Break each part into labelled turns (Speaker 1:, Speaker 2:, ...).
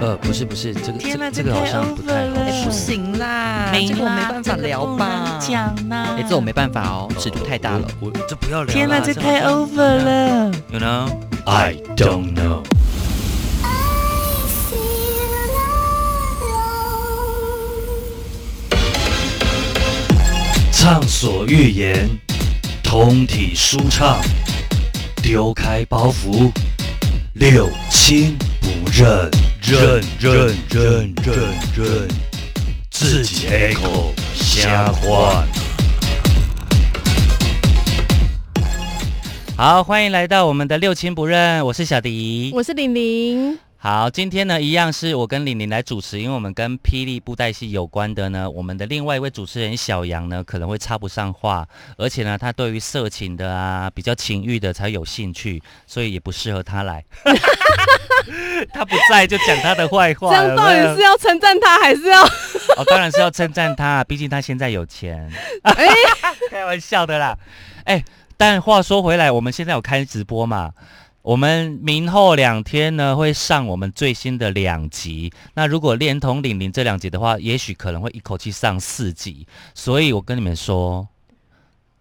Speaker 1: 呃，不是不是，这个这
Speaker 2: 天
Speaker 1: 个
Speaker 2: 哪
Speaker 1: 这
Speaker 2: 这
Speaker 1: 个好
Speaker 2: 太
Speaker 1: 像不太
Speaker 2: over 了
Speaker 1: 好
Speaker 3: 哎，不
Speaker 1: 说。
Speaker 3: 行啦，
Speaker 2: 嗯没
Speaker 3: 这个我没
Speaker 2: 啦
Speaker 3: 办法
Speaker 2: 这个
Speaker 3: 聊
Speaker 2: 不
Speaker 3: 吧
Speaker 2: 能。讲啊啦，
Speaker 3: 哎，这我没办法哦，尺度太大了。
Speaker 1: 我我这不要聊啦。
Speaker 2: 天哪，这
Speaker 1: 好
Speaker 2: 太
Speaker 1: 像
Speaker 2: over 了。
Speaker 1: You know, I don't know.
Speaker 4: alone.
Speaker 1: 畅所欲言，通体舒畅，丢开包袱，六亲不认，认认认认认，自己 A 口瞎换。
Speaker 3: 好，欢迎来到我们的六亲不认，我是小迪。
Speaker 5: 我是玲玲，
Speaker 3: 好，今天呢，一样是我跟玲玲来主持，因为我们跟霹雳布袋戏有关的呢，我们的另外一位主持人小杨呢，可能会插不上话，而且呢，他对于色情的啊，比较情欲的才有兴趣，所以也不适合他来。 他不在就讲他的坏话，
Speaker 5: 这样到
Speaker 3: 有没有
Speaker 5: 底是要称赞他，还是要
Speaker 3: 哦，当然是要称赞他，毕竟他现在有钱。
Speaker 5: 哎
Speaker 3: 开玩笑的啦。哎、但话说回来，我们现在有开直播嘛？我们明后两天呢会上我们最新的两集。那如果连同玲玲这两集的话，也许可能会一口气上四集。所以我跟你们说，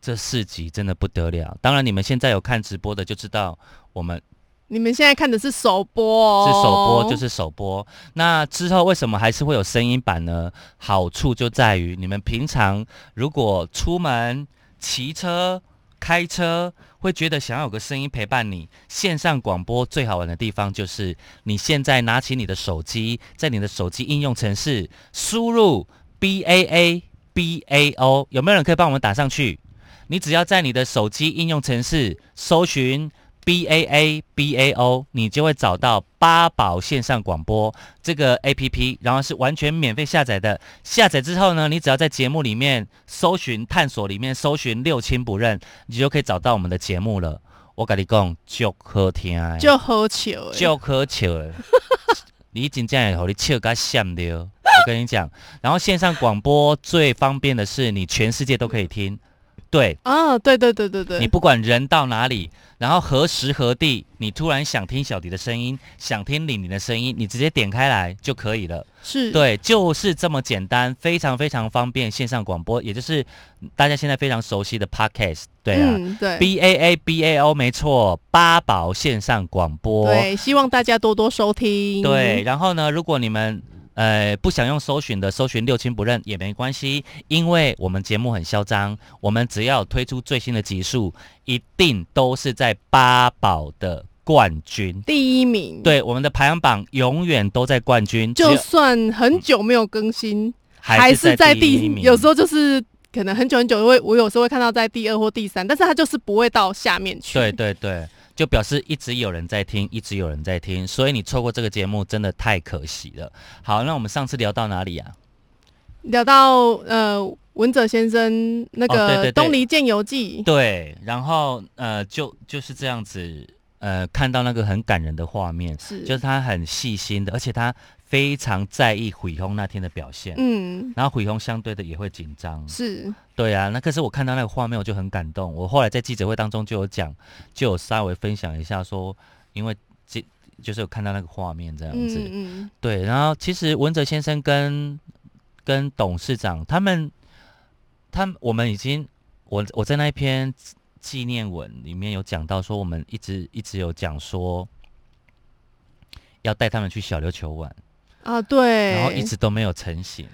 Speaker 3: 这四集真的不得了。当然，你们现在有看直播的就知道我们
Speaker 5: 你们现在看的是首播、哦？
Speaker 3: 是首播就是首播。那之后为什么还是会有声音版呢？好处就在于你们平常如果出门骑车、开车，会觉得想要有个声音陪伴你。线上广播最好玩的地方就是你现在拿起你的手机，在你的手机应用程式输入 B A A B A O，有没有人可以帮我们打上去？你只要在你的手机应用程式搜寻 B A A B A O，你就会找到八宝线上广播这个 A P P，然后是完全免费下载的。下载之后呢，你只要在节目里面搜寻、探索里面搜寻“六亲不认”，你就可以找到我们的节目了。我跟你讲，就好听的，
Speaker 5: 就喝球、欸，
Speaker 3: 就可笑了。 你真正会让你笑到闪掉。我跟你讲，然后线上广播最方便的是你全世界都可以听，对，
Speaker 5: 啊，对对对对对，
Speaker 3: 你不管人到哪里，然后何时何地，你突然想听小迪的声音，想听李宁的声音，你直接点开来就可以了。
Speaker 5: 是
Speaker 3: 对，啊就是这么简单，非常非常方便。线上广播，也就是大家现在非常熟悉的 Podcast，对啊、
Speaker 5: 嗯对
Speaker 3: b A A B A O 没错，八宝线上广播。
Speaker 5: 对，希望大家多多收听。
Speaker 3: 对，，然后呢，如果你们呃不想用搜寻的，搜寻六亲不认也没关系，因为我们节目很嚣张，我们只要推出最新的集数，一定都是在八宝的冠军。
Speaker 5: 第一名，，
Speaker 3: 对，我们的排行榜永远都在冠军，只
Speaker 5: 嗯就
Speaker 3: 有
Speaker 5: 算很久没有更新，
Speaker 3: 还
Speaker 5: 是
Speaker 3: 是
Speaker 5: 在
Speaker 3: 第一
Speaker 5: 第，
Speaker 3: 名。
Speaker 5: 有时候就是可能很久很久会，我有时候会看到在第二或第三，但是它就是不会到下面去。
Speaker 3: 对对对，就表示一直有人在听，一直有人在听，所以你错过这个节目真的太可惜了。好，那我们上次聊到哪里啊？
Speaker 5: 聊到呃文者先生那
Speaker 3: 哦对
Speaker 5: 个
Speaker 3: 对对
Speaker 5: 《东篱剑游 记》
Speaker 3: 对，然后呃，就就是这样子，呃，看到那个很感人的画面，
Speaker 5: 是
Speaker 3: 就是他很细心的，而且他非常在意毁红那天的表现，
Speaker 5: 嗯
Speaker 3: 然后毁红相对的也会紧张，
Speaker 5: 是
Speaker 3: 对啊，那可是我看到那个画面我就很感动，我后来在记者会当中就有讲，就有稍微分享一下说，因为这就是有看到那个画面这样
Speaker 5: 嗯
Speaker 3: 子，
Speaker 5: 嗯
Speaker 3: 对，然后其实文哲先生跟跟董事长他们，他们我们已经，我我在那一篇纪纪念文里面有讲到说，我们一直一直有讲说要带他们去小琉球玩，
Speaker 5: 啊对，
Speaker 3: 然后一直都没有成型。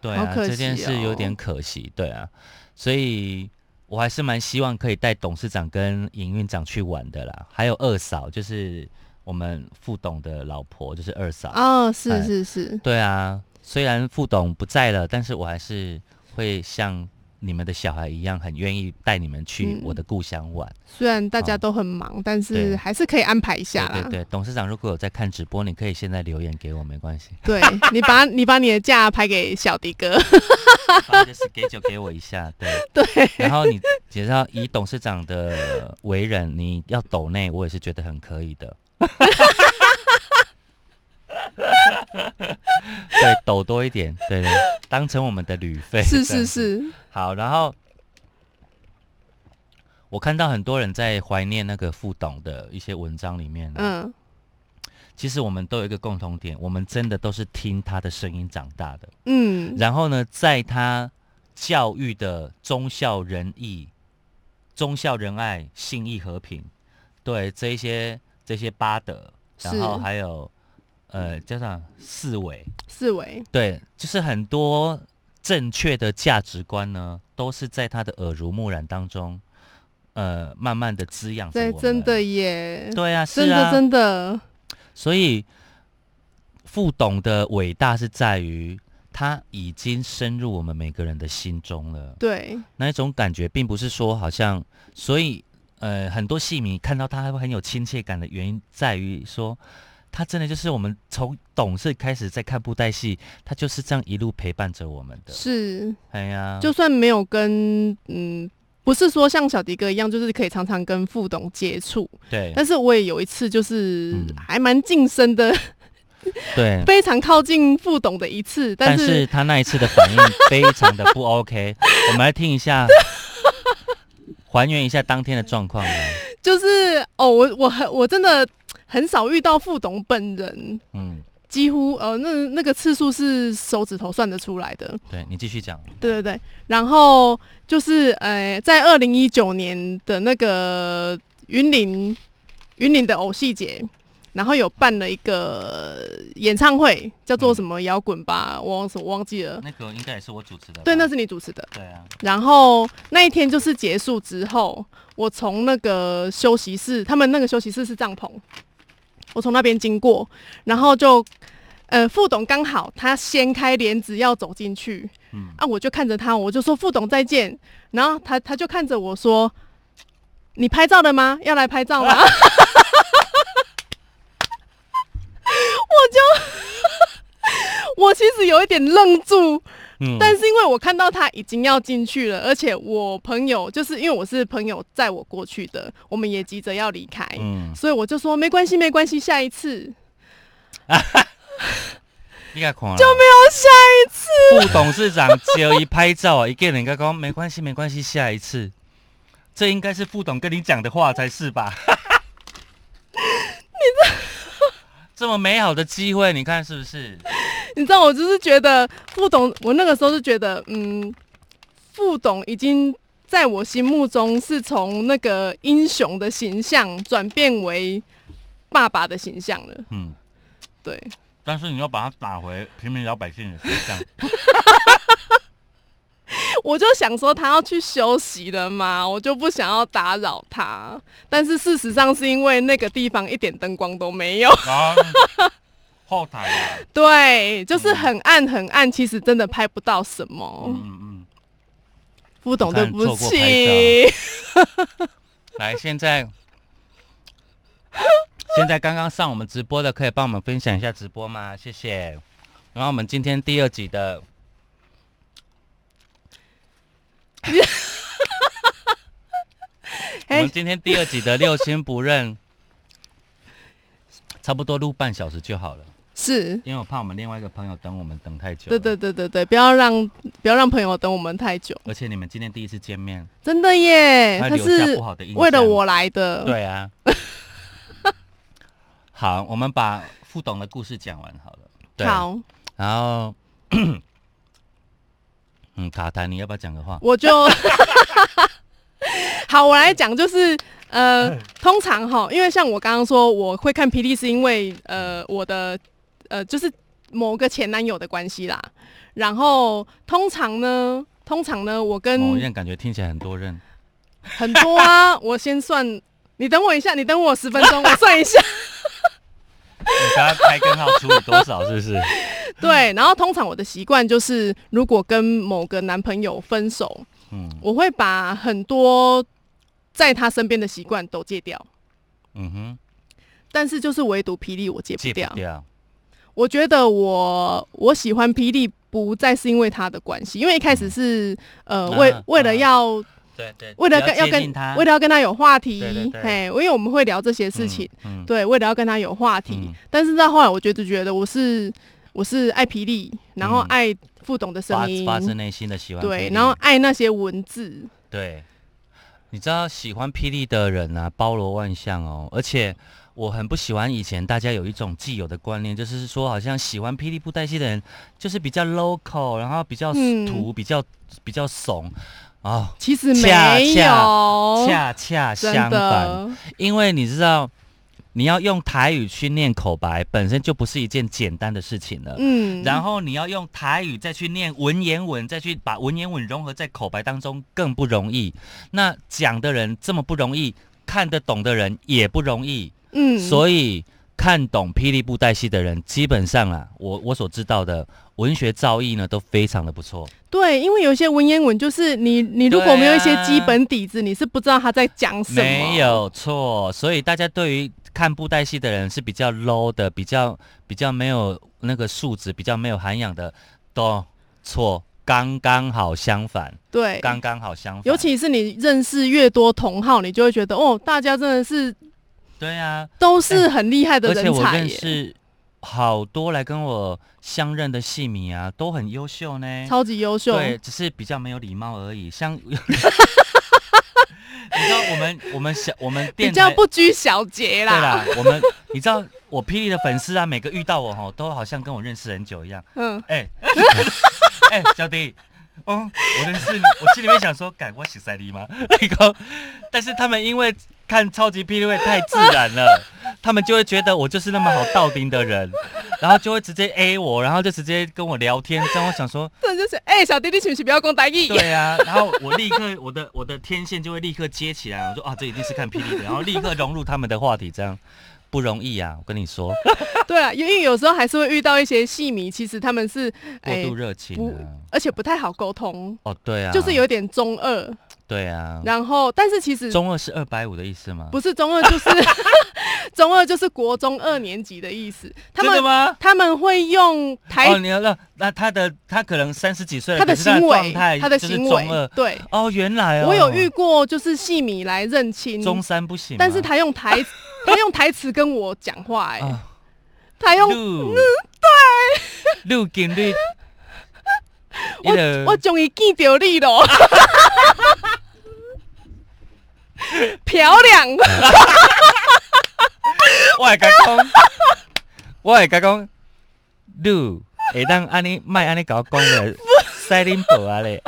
Speaker 3: 对
Speaker 5: 好
Speaker 3: 啊，
Speaker 5: 可
Speaker 3: 这件
Speaker 5: 惜
Speaker 3: 事有点
Speaker 5: 哦
Speaker 3: 可惜。对啊，所以我还是蛮希望可以带董事长跟营运长去玩的啦，还有二嫂，就是我们副董的老婆，就是二嫂。
Speaker 5: 啊、是
Speaker 3: 哎
Speaker 5: 是是，
Speaker 3: 对啊，虽然副董不在了，但是我还是会像你们的小孩一样，很愿意带你们去
Speaker 5: 嗯
Speaker 3: 我的故乡玩。
Speaker 5: 虽然大家
Speaker 3: 好
Speaker 5: 都很忙，但
Speaker 3: 对
Speaker 5: 是还是可以安排一下啦。
Speaker 3: 对对对，董事长如果有在看直播，你可以现在留言给我，没关
Speaker 5: ，
Speaker 3: 系
Speaker 5: 对你把你把你的假排给小迪哥，
Speaker 3: 哎把你的 schedule 给我一下。对，
Speaker 5: 对，
Speaker 3: 然后你只要以董事长的为人，你要抖内，我也是觉得很可以 的。 对，抖多一点，对对，当成我们的旅费。
Speaker 5: 是
Speaker 3: 这样子
Speaker 5: 是是，
Speaker 3: 好，然后我看到很多人在怀念那个副董的一些文章里面，嗯，
Speaker 5: 嗯，
Speaker 3: 其实我们都有一个共同点，我们真的都是听他的声音长大的。
Speaker 5: 嗯，
Speaker 3: 然后呢，在他教育的忠孝仁义、忠孝仁爱、信义和平，对这一些这些八德，然后
Speaker 5: 是
Speaker 3: 还有呃加上四维，
Speaker 5: 四维，
Speaker 3: 对，就是很多正确的价值观呢，都是在他的耳濡目染当中，呃，慢慢的滋养着
Speaker 5: 对，
Speaker 3: 我们
Speaker 5: 真的耶，
Speaker 3: 对啊，是
Speaker 5: 真的
Speaker 3: 啊，
Speaker 5: 真的，
Speaker 3: 所以傅董的伟大是在于他已经深入我们每个人的心中了。
Speaker 5: 对，
Speaker 3: 那一种感觉，并不是说好像，所以呃，很多戏迷看到他会很有亲切感的原因，在于说。他真的就是我们从懂事开始在看布袋戏，他就是这样一路陪伴着我们的。
Speaker 5: 是，
Speaker 3: 哎呀，
Speaker 5: 就算没有跟嗯。不是说像小迪哥一样，就是可以常常跟副董接触，
Speaker 3: 对
Speaker 5: 但是我也有一次就是
Speaker 3: 嗯
Speaker 5: 还蛮近身的，
Speaker 3: 对，
Speaker 5: 非常靠近副董的一次，
Speaker 3: 但
Speaker 5: 但是
Speaker 3: 是他那一次的反应非常的不 OK，我们来听一下，还原一下当天的状况啊吧。
Speaker 5: 就是哦，我我很我真的很少遇到副董本人，
Speaker 3: 嗯，
Speaker 5: 几乎呃那那个次数是手指头算得出来的，
Speaker 3: 对你继续讲。
Speaker 5: 对对对。然后就是呃，在二零一九年的那个云林云林的偶戏节。然后有办了一个演唱会，叫做什么摇滚吧，我忘我忘记了。
Speaker 3: 那个应该也是我主持的吧。
Speaker 5: 对，那是你主持的。
Speaker 3: 对啊，
Speaker 5: 然后那一天就是结束之后，我从那个休息室，他们那个休息室是帐篷，我从那边经过，然后就，呃，副董刚好他掀开帘子要走进去，
Speaker 3: 嗯，
Speaker 5: 啊，我就看着他，我就说副董再见，然后他他就看着我说，你拍照了吗？要来拍照吗？我 就 我其实有一点愣住，
Speaker 3: 嗯
Speaker 5: 但是因为我看到他已经要进去了，而且我朋友就是因为我是朋友载我过去的，我们也急着要离开，
Speaker 3: 嗯，
Speaker 5: 所以我就说没关系，没关系，下一次。
Speaker 3: 你该看就没
Speaker 5: 哦，下一次
Speaker 3: 有。副董事长叫一拍照啊，一个人刚刚没关系，没关系，下一次。这应该是副董跟你讲的话才是 吧？你 这这么美好的机会，你看是不是？
Speaker 5: 你知道我就是觉得副董，我那个时候就觉得，嗯，副董已经在我心目中是从那个英雄的形象转变为爸爸的形象了，
Speaker 3: 嗯。
Speaker 5: 对。
Speaker 3: 但是你要把它打回平民老百姓的身上。
Speaker 5: 我就想说他要去休息了嘛，我就不想要打扰他。但是事实上是因为那个地方一点灯光都没有，
Speaker 3: 然后后台啊，
Speaker 5: 对，就是很暗很暗，其实真的拍不到什么。
Speaker 3: 嗯嗯，
Speaker 5: 不懂对不
Speaker 3: 你看错过
Speaker 5: 起
Speaker 3: 拍，来，现在现在刚刚上我们直播的，可以帮我们分享一下直播吗？谢谢。然后我们今天第二集 的。我
Speaker 5: 哎
Speaker 3: 们今天第二集的六亲不认，差不多录半小时就好了，
Speaker 5: 是。
Speaker 3: 因为我怕我们另外一个朋友等我们等太久。
Speaker 5: 对对，对对对，不要让不要让朋友等我们太久，
Speaker 3: 而且你们今天第一次见面，
Speaker 5: 真的耶！
Speaker 3: 他
Speaker 5: 哎他
Speaker 3: 留下
Speaker 5: 是
Speaker 3: 不好的印象
Speaker 5: 为了我来的，，
Speaker 3: 对啊。 好，我们把副董的故事讲完好了。对。
Speaker 5: 好，
Speaker 3: 然后， 嗯，卡痰，你要不要讲个话？
Speaker 5: 我就好，我来讲，就是呃，通常哈，因为像我刚刚说，我会看霹雳是因为呃我的呃就是某个前男友的关系啦。然后通常呢，通常呢，我
Speaker 3: 某一
Speaker 5: 跟
Speaker 3: 任感觉听起来很多任，
Speaker 5: 很多啊，我先算，你等我一下，你等我十分钟，我算一下。
Speaker 3: 你哎刚刚开根号除以多少？是不是？
Speaker 5: 对，然后通常我的习惯就是，如果跟某个男朋友分手，
Speaker 3: 嗯
Speaker 5: 我会把很多在他身边的习惯都戒掉。
Speaker 3: 嗯哼，
Speaker 5: 但是就是唯独霹雳我戒不
Speaker 3: 戒
Speaker 5: 掉。
Speaker 3: 不掉。
Speaker 5: 我觉得我我喜欢霹雳不再是因为他的关系，因为一开始是呃
Speaker 3: 啊
Speaker 5: 为
Speaker 3: 啊
Speaker 5: 为了要、
Speaker 3: 对对，
Speaker 5: 为了
Speaker 3: 不
Speaker 5: 跟要
Speaker 3: 接
Speaker 5: 跟
Speaker 3: 近他，
Speaker 5: 为了要跟他有话题
Speaker 3: 对对，对
Speaker 5: 嘿，因为我们会聊这些事
Speaker 3: 嗯
Speaker 5: 情，，
Speaker 3: 嗯，
Speaker 5: 对，为了要跟他有话题。
Speaker 3: 嗯
Speaker 5: 但是到后来，我觉得觉得我是我是爱霹雳，然后
Speaker 3: 嗯
Speaker 5: 爱副董的
Speaker 3: 发
Speaker 5: 声音，
Speaker 3: 发自内心的喜欢。
Speaker 5: 对，然后爱那些文字，
Speaker 3: 对，你知道喜欢霹雳的人啊，包罗万象哦，而且我很不喜欢以前大家有一种既有的观念，就是说好像喜欢霹雳布袋戏的人就是比较 local，然后比较
Speaker 5: 嗯
Speaker 3: 土，比较比较怂啊、
Speaker 5: 其实
Speaker 3: 恰
Speaker 5: 没有，
Speaker 3: 恰恰
Speaker 5: 哦真
Speaker 3: 相反，
Speaker 5: 的，
Speaker 3: 因为你知道。你要用台语去念口白，本身就不是一件简单的事情了。
Speaker 5: 嗯，
Speaker 3: 然后你要用台语再去念文言文，再去把文言文融合在口白当中，更不容易。那讲的人这么不容易，看得懂的人也不容易，
Speaker 5: 嗯，
Speaker 3: 所以看懂霹雳布袋戏的人，基本上啊，我我所知道的文学造诣呢，都非常的不错。
Speaker 5: 对，因为有一些文言文，就是你你如
Speaker 3: 对
Speaker 5: 果
Speaker 3: 啊
Speaker 5: 没有一些基本底子，你是不知道他在讲什么。
Speaker 3: 没，有错，所以大家对于看布袋戏的人是比较 low 的，比较比较没有那个素质，比较没有涵养的，都错，刚刚好相反。
Speaker 5: 对，
Speaker 3: 刚刚好相反。
Speaker 5: 尤其是你认识越多同好，你就会觉得哦，大家真的是
Speaker 3: 对啊，
Speaker 5: 都是很厉害的
Speaker 3: 而且
Speaker 5: 人
Speaker 3: 我
Speaker 5: 才
Speaker 3: 认
Speaker 5: 耶，
Speaker 3: 识好多来跟我相认的戏迷啊，都很优秀呢。
Speaker 5: 超级优秀。
Speaker 3: 对，只是比较没有礼貌而已。像， 你知道我们我们小我们
Speaker 5: 比
Speaker 3: 电
Speaker 5: 较
Speaker 3: 台
Speaker 5: 不拘小节
Speaker 3: 对
Speaker 5: 啦，
Speaker 3: 啦，我们你知道我霹雳的粉丝啊，每个遇到我吼，都好像跟我认识很久一样。
Speaker 5: 嗯，
Speaker 3: 哎、哎、小弟，嗯，我认识你，我心里面想说，改我洗塞利吗？ 然后，但是他们因为看超级霹雳会太自然了，他们就会觉得我就是那么好道丁的人，然后就会直接 A 我，然后就直接跟我聊天，这样我想说，
Speaker 5: 这就是哎、小弟弟是不是不要讲台语？
Speaker 3: 对啊，然后我立刻我的我的天线就会立刻接起来，我说啊，这一定是看霹雳的，然后立刻融入他们的话题，这样不容易啊，我跟你说，
Speaker 5: 对啊，因为有时候还是会遇到一些戏迷，其实他们是
Speaker 3: 过
Speaker 5: 哎、
Speaker 3: 度热情
Speaker 5: 不
Speaker 3: 啊，
Speaker 5: 而且不太好沟通，
Speaker 3: 哦对啊，
Speaker 5: 就是有点中二。
Speaker 3: 对啊，
Speaker 5: 然后，但是其实
Speaker 3: 中二是二百五的意思吗？
Speaker 5: 不是中二，就是 中二就是国中二年级的意思。他
Speaker 3: 真的
Speaker 5: 们
Speaker 3: 吗？
Speaker 5: 他们会用台、
Speaker 3: 哦，你要那那他的他可能三十几岁了，
Speaker 5: 他的
Speaker 3: 可是他
Speaker 5: 行为
Speaker 3: 状，态
Speaker 5: 他的
Speaker 3: 就是
Speaker 5: 行
Speaker 3: 中
Speaker 5: 为
Speaker 3: 二，
Speaker 5: 对。
Speaker 3: 哦，原来哦，
Speaker 5: 我有遇过，就是戏迷来认亲，
Speaker 3: 中三不行吗，
Speaker 5: 但是他用 台他用台词跟我讲话、哎、
Speaker 3: 啊
Speaker 5: 他嗯用
Speaker 3: 陆对陆金绿，
Speaker 5: 我我终于见到 你了，漂 亮，
Speaker 3: 我会甲讲，我会甲讲，陆会当安尼卖安尼甲我讲的，塞林宝啊嘞。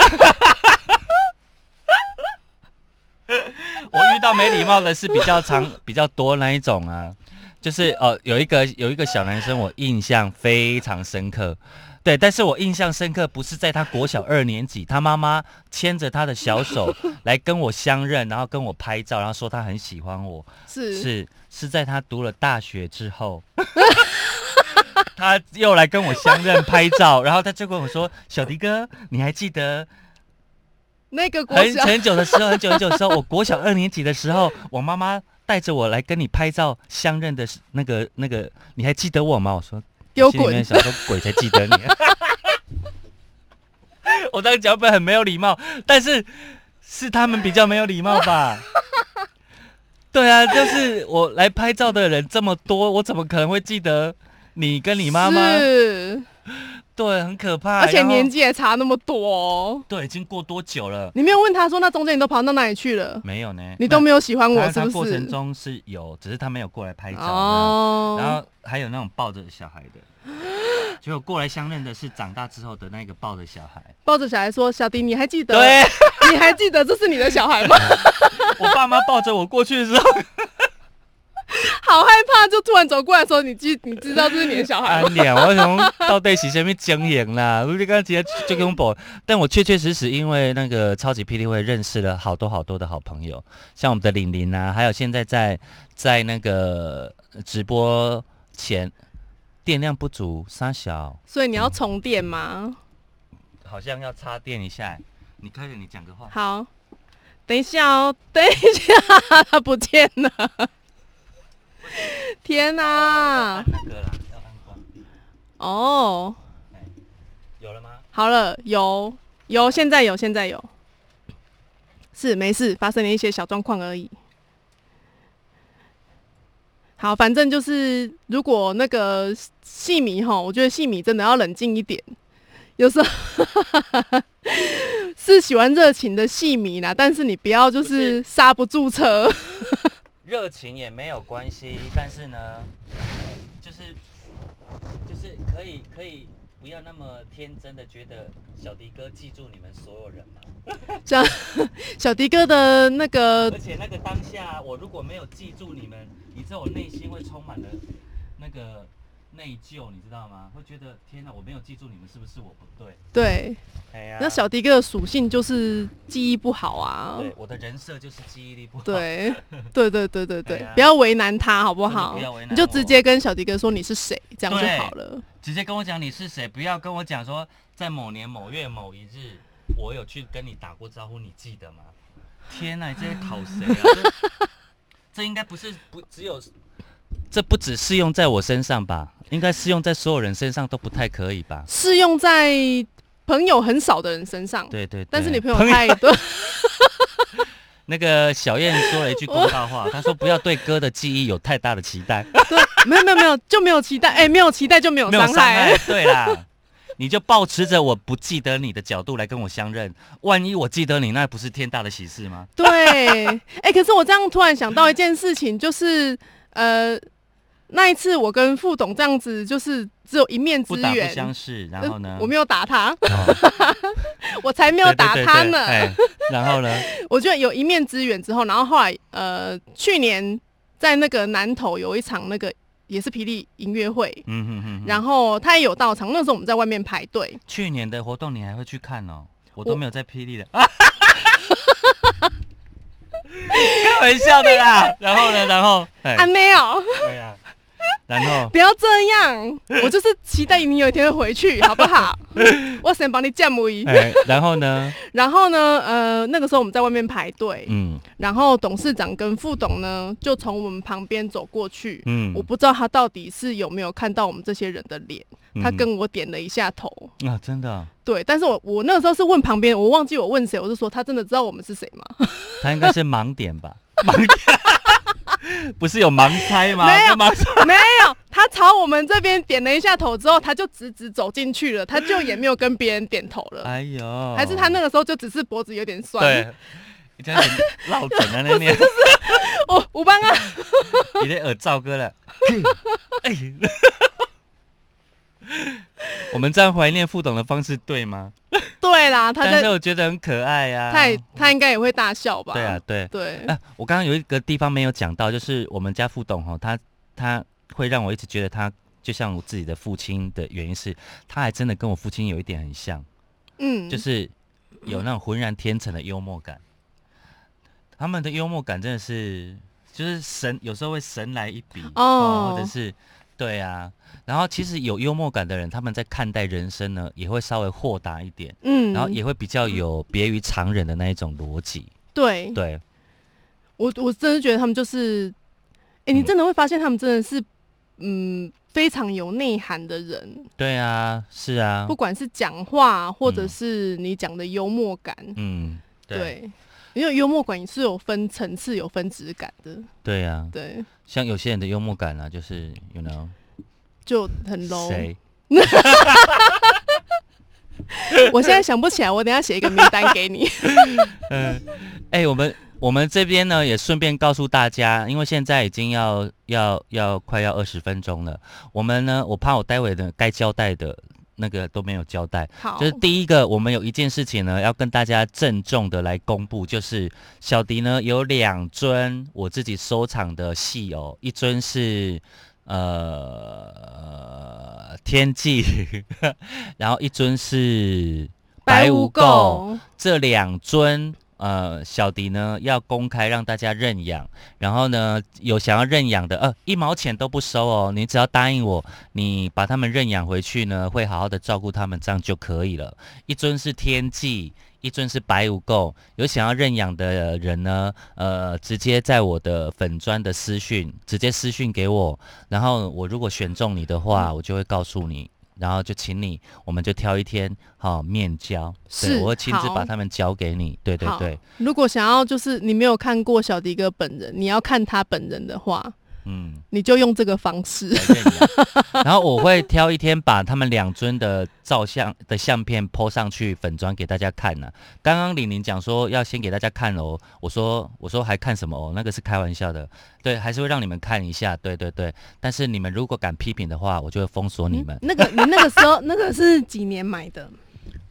Speaker 3: 我遇到没礼貌的是比较常 比较多那一种啊，就是呃有一个有一个小男生，我印象非常深刻。对，但是我印象深刻不是在他国小二年级，他妈妈牵着他的小手来跟我相认，然后跟我拍照，然后说他很喜欢我。
Speaker 5: 是
Speaker 3: 是是在他读了大学之后， 他又来跟我相认拍照，然后他就跟我说：“小迪哥，你还记得
Speaker 5: 那个国
Speaker 3: 很
Speaker 5: 小，
Speaker 3: 很久的时候，很久很久的时候，我国小二年级的时候，我妈妈带着我来跟你拍照相认的时那个那个，你还记得我吗？”我说：“
Speaker 5: 给我
Speaker 3: 我心里面
Speaker 5: 滚
Speaker 3: 想说鬼才记得你。 我当脚本很没有礼貌，但是是他们比较没有礼貌吧？对啊，就是我来拍照的人这么多，我怎么可能会记得你跟你妈妈？
Speaker 5: 是，
Speaker 3: 对，很可怕。
Speaker 5: 而且
Speaker 3: 然后
Speaker 5: 年纪也差那么多哦、
Speaker 3: 对，已经过多久了？
Speaker 5: 你没有问他说，那中间你都跑到哪里去了？
Speaker 3: 没有呢，
Speaker 5: 你都没有喜欢
Speaker 3: 有
Speaker 5: 我，是
Speaker 3: 他
Speaker 5: 不
Speaker 3: 过程
Speaker 5: 是？
Speaker 3: 中是有，只是他没有过来拍照。
Speaker 5: 哦，
Speaker 3: 然后还有那种抱着小孩的， 结果过来相认的是长大之后的那个抱着小孩。
Speaker 5: 抱着小孩说：“小迪，你还记得？
Speaker 3: 对，
Speaker 5: 你还记得这是你的 小孩吗？
Speaker 3: 我爸妈抱着我过去的时候，
Speaker 5: 好害怕！”就突然走过来说：“你记，你知道这是你的小孩
Speaker 3: 安
Speaker 5: 吗
Speaker 3: 娘，哎我从到底是什么经营啦？ 我就刚直接就跟我保，但我确确实实因为那个超级霹雳会认识了好多好多的好朋友，像我们的玲玲啊，还有现在在在那个直播前电量不足，沙小？”
Speaker 5: 所以你要重电吗？
Speaker 3: 好像要插电一下，你快点，你讲个话。
Speaker 5: 好，等一下哦， 等一下，他不见了。天哪、
Speaker 3: 那个啦，要安光，
Speaker 5: 哦，
Speaker 3: 有了吗？
Speaker 5: 好了，有有，现在有，现在有，是没事，发生了一些小状况而已。好，反正就是，如果那个戏迷哈，我觉得戏迷真的要冷静一点。有时候是喜欢热情的戏迷啦，但是你不要就是刹不住车。
Speaker 3: 热情也没有关系，但是呢，就是就是可以可以不要那么天真的觉得小迪哥记住你们所有人嘛。
Speaker 5: 像小迪哥的那个
Speaker 3: 而且那个当下，我如果没有记住你们，你知道我内心会充满了那个内疚，你知道吗？会觉得天哪，我没有记住你们，是不是我不对？
Speaker 5: 对，
Speaker 3: 哎呀
Speaker 5: 那小迪哥的属性就是记忆不好啊。
Speaker 3: 对我的人设就是记忆力不好。
Speaker 5: 对对对对对
Speaker 3: 对
Speaker 5: 对
Speaker 3: 啊，
Speaker 5: 不要为难他好不
Speaker 3: 真的
Speaker 5: 好
Speaker 3: 不要为难？
Speaker 5: 你就
Speaker 3: 我
Speaker 5: 直接跟小迪哥说你是谁，这样就
Speaker 3: 对
Speaker 5: 好了。
Speaker 3: 直接跟我讲你是谁，不要跟我讲说在某年某月某一日，我有去跟你打过招呼，你记得吗？天哪，你这在考谁啊？这这应该不是不只有，这不只适用在我身上吧？应该适用在所有人身上都不太可以吧？
Speaker 5: 适用在朋友很少的人身上，
Speaker 3: 对对对
Speaker 5: 但是你朋友太多，
Speaker 3: 那个小燕说了一句公道 话，她说不要对歌的记忆有太大的期待，
Speaker 5: 对， 没有没有没有就没有 期待，哎，没有期待就 没有
Speaker 3: 没有
Speaker 5: 伤
Speaker 3: 伤
Speaker 5: 害
Speaker 3: 害。，对啦。你就保持着我不记得你的角度来跟我相认，万一我记得你，那不是天大的喜事吗？
Speaker 5: 对，哎、可是我这样突然想到一件事情，就是呃，那一次我跟副董这样子，就是只有一面之
Speaker 3: 不打不
Speaker 5: 缘。呃
Speaker 3: 相识，然后呢？
Speaker 5: 我没有打他，
Speaker 3: 哦
Speaker 5: 我才没有打他呢。
Speaker 3: 对对对对哎然 后呢？
Speaker 5: 我觉得有一面之缘之后，然后后来呃，去年在那个南投有一场那个也是霹雳音乐会，
Speaker 3: 嗯哼哼哼。
Speaker 5: 然后他也有到场，那时候我们在外面排队，
Speaker 3: 去年的活动你还会去看哦？我都
Speaker 5: 我
Speaker 3: 没有在霹雳的。 啊开玩笑的啦。然后呢？然后哎
Speaker 5: 啊，没有，
Speaker 3: 对呀。然后
Speaker 5: 不要这样，我就是期待你有一天会回去，好不 好？我先帮你建模一。
Speaker 3: 哎，然后呢？
Speaker 5: 然后呢，呃，那个时候我们在外面排队，
Speaker 3: 嗯
Speaker 5: 然后董事长跟副董呢就从我们旁边走过去。
Speaker 3: 嗯
Speaker 5: 我不知道他到底是有没有看到我们这些人的脸，
Speaker 3: 嗯
Speaker 5: 他跟我点了一下头。
Speaker 3: 啊真的，
Speaker 5: 对，但是我我那个时候是问旁边，我忘记我问谁，我就说他真的知道我们是谁吗？
Speaker 3: 他应该是盲点吧？盲点 不是有盲猜吗？
Speaker 5: 没有
Speaker 3: 就盲猜。
Speaker 5: 没有，他朝我们这边点了一下头之后，他就直直走进去了，他就也没有跟别人点头了。
Speaker 3: 哎呦，
Speaker 5: 还是他那个时候就只是脖子有点酸，
Speaker 3: 对， 你这样子落枕啊那边。
Speaker 5: 哦，吴邦啊，
Speaker 3: 你的耳罩哥了。 哎，我们这样怀念副董的方式对吗？
Speaker 5: 对啦，他
Speaker 3: 但是
Speaker 5: 在，
Speaker 3: 我觉得很可爱呀、
Speaker 5: 他也他应该也会大笑吧？
Speaker 3: 对啊，，对。
Speaker 5: 对
Speaker 3: 哎、，我刚刚有一个地方没有讲到，就是我们家副董哦，他他会让我一直觉得他就像我自己的父亲的原因是，他还真的跟我父亲有一点很像，
Speaker 5: 嗯，
Speaker 3: 就是有那种浑然天成的幽默感。他们的幽默感真的是，就是神有时候会神来一笔
Speaker 5: 哦
Speaker 3: 或者是对啊。然后其实有幽默感的人，他们在看待人生呢，也会稍微豁达一点，
Speaker 5: 嗯，
Speaker 3: 然后也会比较有别于常人的那一种逻辑。
Speaker 5: 对，
Speaker 3: 对，
Speaker 5: 我我真的觉得他们就是，哎、你
Speaker 3: 嗯
Speaker 5: 真的会发现他们真的是，嗯，非常有内涵的人，
Speaker 3: 对啊，是啊
Speaker 5: 不，管是讲话或者
Speaker 3: 嗯
Speaker 5: 是你讲的幽默感，
Speaker 3: 嗯，对
Speaker 5: 对，因为幽默感是有分层次、有分质感的，
Speaker 3: 对啊，
Speaker 5: 对，
Speaker 3: 像有些人的幽默感啊，就是 you know
Speaker 5: 就很 low。
Speaker 3: 谁
Speaker 5: 我现在想不起来，我等一下写一个名单给 你。
Speaker 3: 嗯，哎、我们我们这边呢也顺便告诉大家，因为现在已经要要要快要二十分钟了，我们呢，我怕我待会的该交代的那个都没有交代。
Speaker 5: 好，
Speaker 3: 就是第一个，我们有一件事情呢，要跟大家郑重的来公布，就是小迪呢有两尊我自己收藏的戏偶，一尊是呃天际， 然后一尊是
Speaker 5: 白
Speaker 3: 无
Speaker 5: 无
Speaker 3: 垢，
Speaker 5: 垢，
Speaker 3: 这两尊呃小迪呢要公开让大家认养，然后呢有想要认养的，呃一毛钱都不收哦，你只要答应我，你把他们认养回去呢，会好好的照顾他们，这样就可以了。一尊是天际。一尊是白无垢，有想要认养的人呢，呃，直接在我的粉砖的私讯，直接私讯给我，然后我如果选中你的
Speaker 5: 嗯
Speaker 3: 话，我就会告诉你，然后就请你，我们就挑一天，好、面交，对
Speaker 5: 是
Speaker 3: 我会亲自
Speaker 5: 好
Speaker 3: 把他们交给你，对对
Speaker 5: 好
Speaker 3: 对，
Speaker 5: 如果想要就是你没有看过小迪哥本人，你要看他本人的话，
Speaker 3: 嗯，
Speaker 5: 你就用这个方式。
Speaker 3: 随便你啊 然后我会挑一天把他们两尊的照相的相片 po 上去粉砖给大家看呢、刚刚李宁讲说要先给大家看哦，我说我说还看什么哦？那个是开玩笑的，对，还是会让你们看一下，对对对。但是你们如果敢批评的话，我就会封锁你们。
Speaker 5: 那个你那个时候那个是几年买的？嗯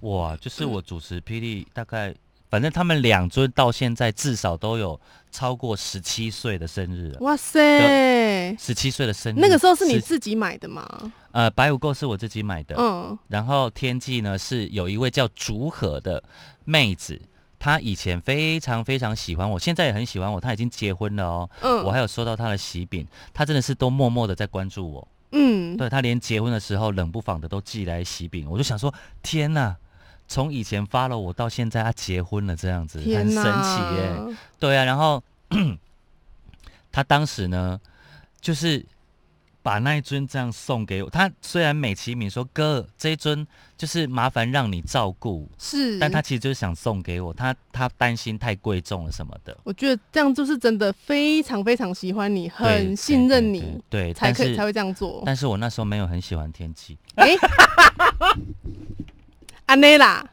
Speaker 3: 哇，就是我主持霹雳大概。反正他们两尊到现在至少都有超过十七岁的生日了，啊
Speaker 5: 哇塞！
Speaker 3: 十七岁的生日。
Speaker 5: 那个时候是你
Speaker 3: 10
Speaker 5: 自己买的吗？
Speaker 3: 呃白五购是我自己买的，
Speaker 5: 嗯，
Speaker 3: 然后天际呢是有一位叫竹河的妹子，她以前非常非常喜欢我，现在也很喜欢我，她已经结婚了哦。
Speaker 5: 嗯
Speaker 3: 我还有收到她的喜饼，她真的是都默默的在关注我。
Speaker 5: 嗯，
Speaker 3: 对她连结婚的时候冷不防的都寄来喜饼，我就想说天呐，从以前发了我到现在她啊结婚了这样子，很
Speaker 5: 天
Speaker 3: 神
Speaker 5: 哪，
Speaker 3: 奇耶、对啊，然后 他当时呢，就是把那一尊这样送给我。他虽然美其名说哥这一尊就是麻烦让你照顾，
Speaker 5: 是，
Speaker 3: 但他其实就是想送给我。他他担心太贵重了什么的，
Speaker 5: 我觉得这样就是真的非常非常喜欢你，
Speaker 3: 对
Speaker 5: 很信
Speaker 3: 对
Speaker 5: 任，你，
Speaker 3: 对对，
Speaker 5: 才
Speaker 3: 但
Speaker 5: 可以才
Speaker 3: 是
Speaker 5: 会这样做。
Speaker 3: 但是我那时候没有很喜欢天气，
Speaker 5: 哎，安内啦，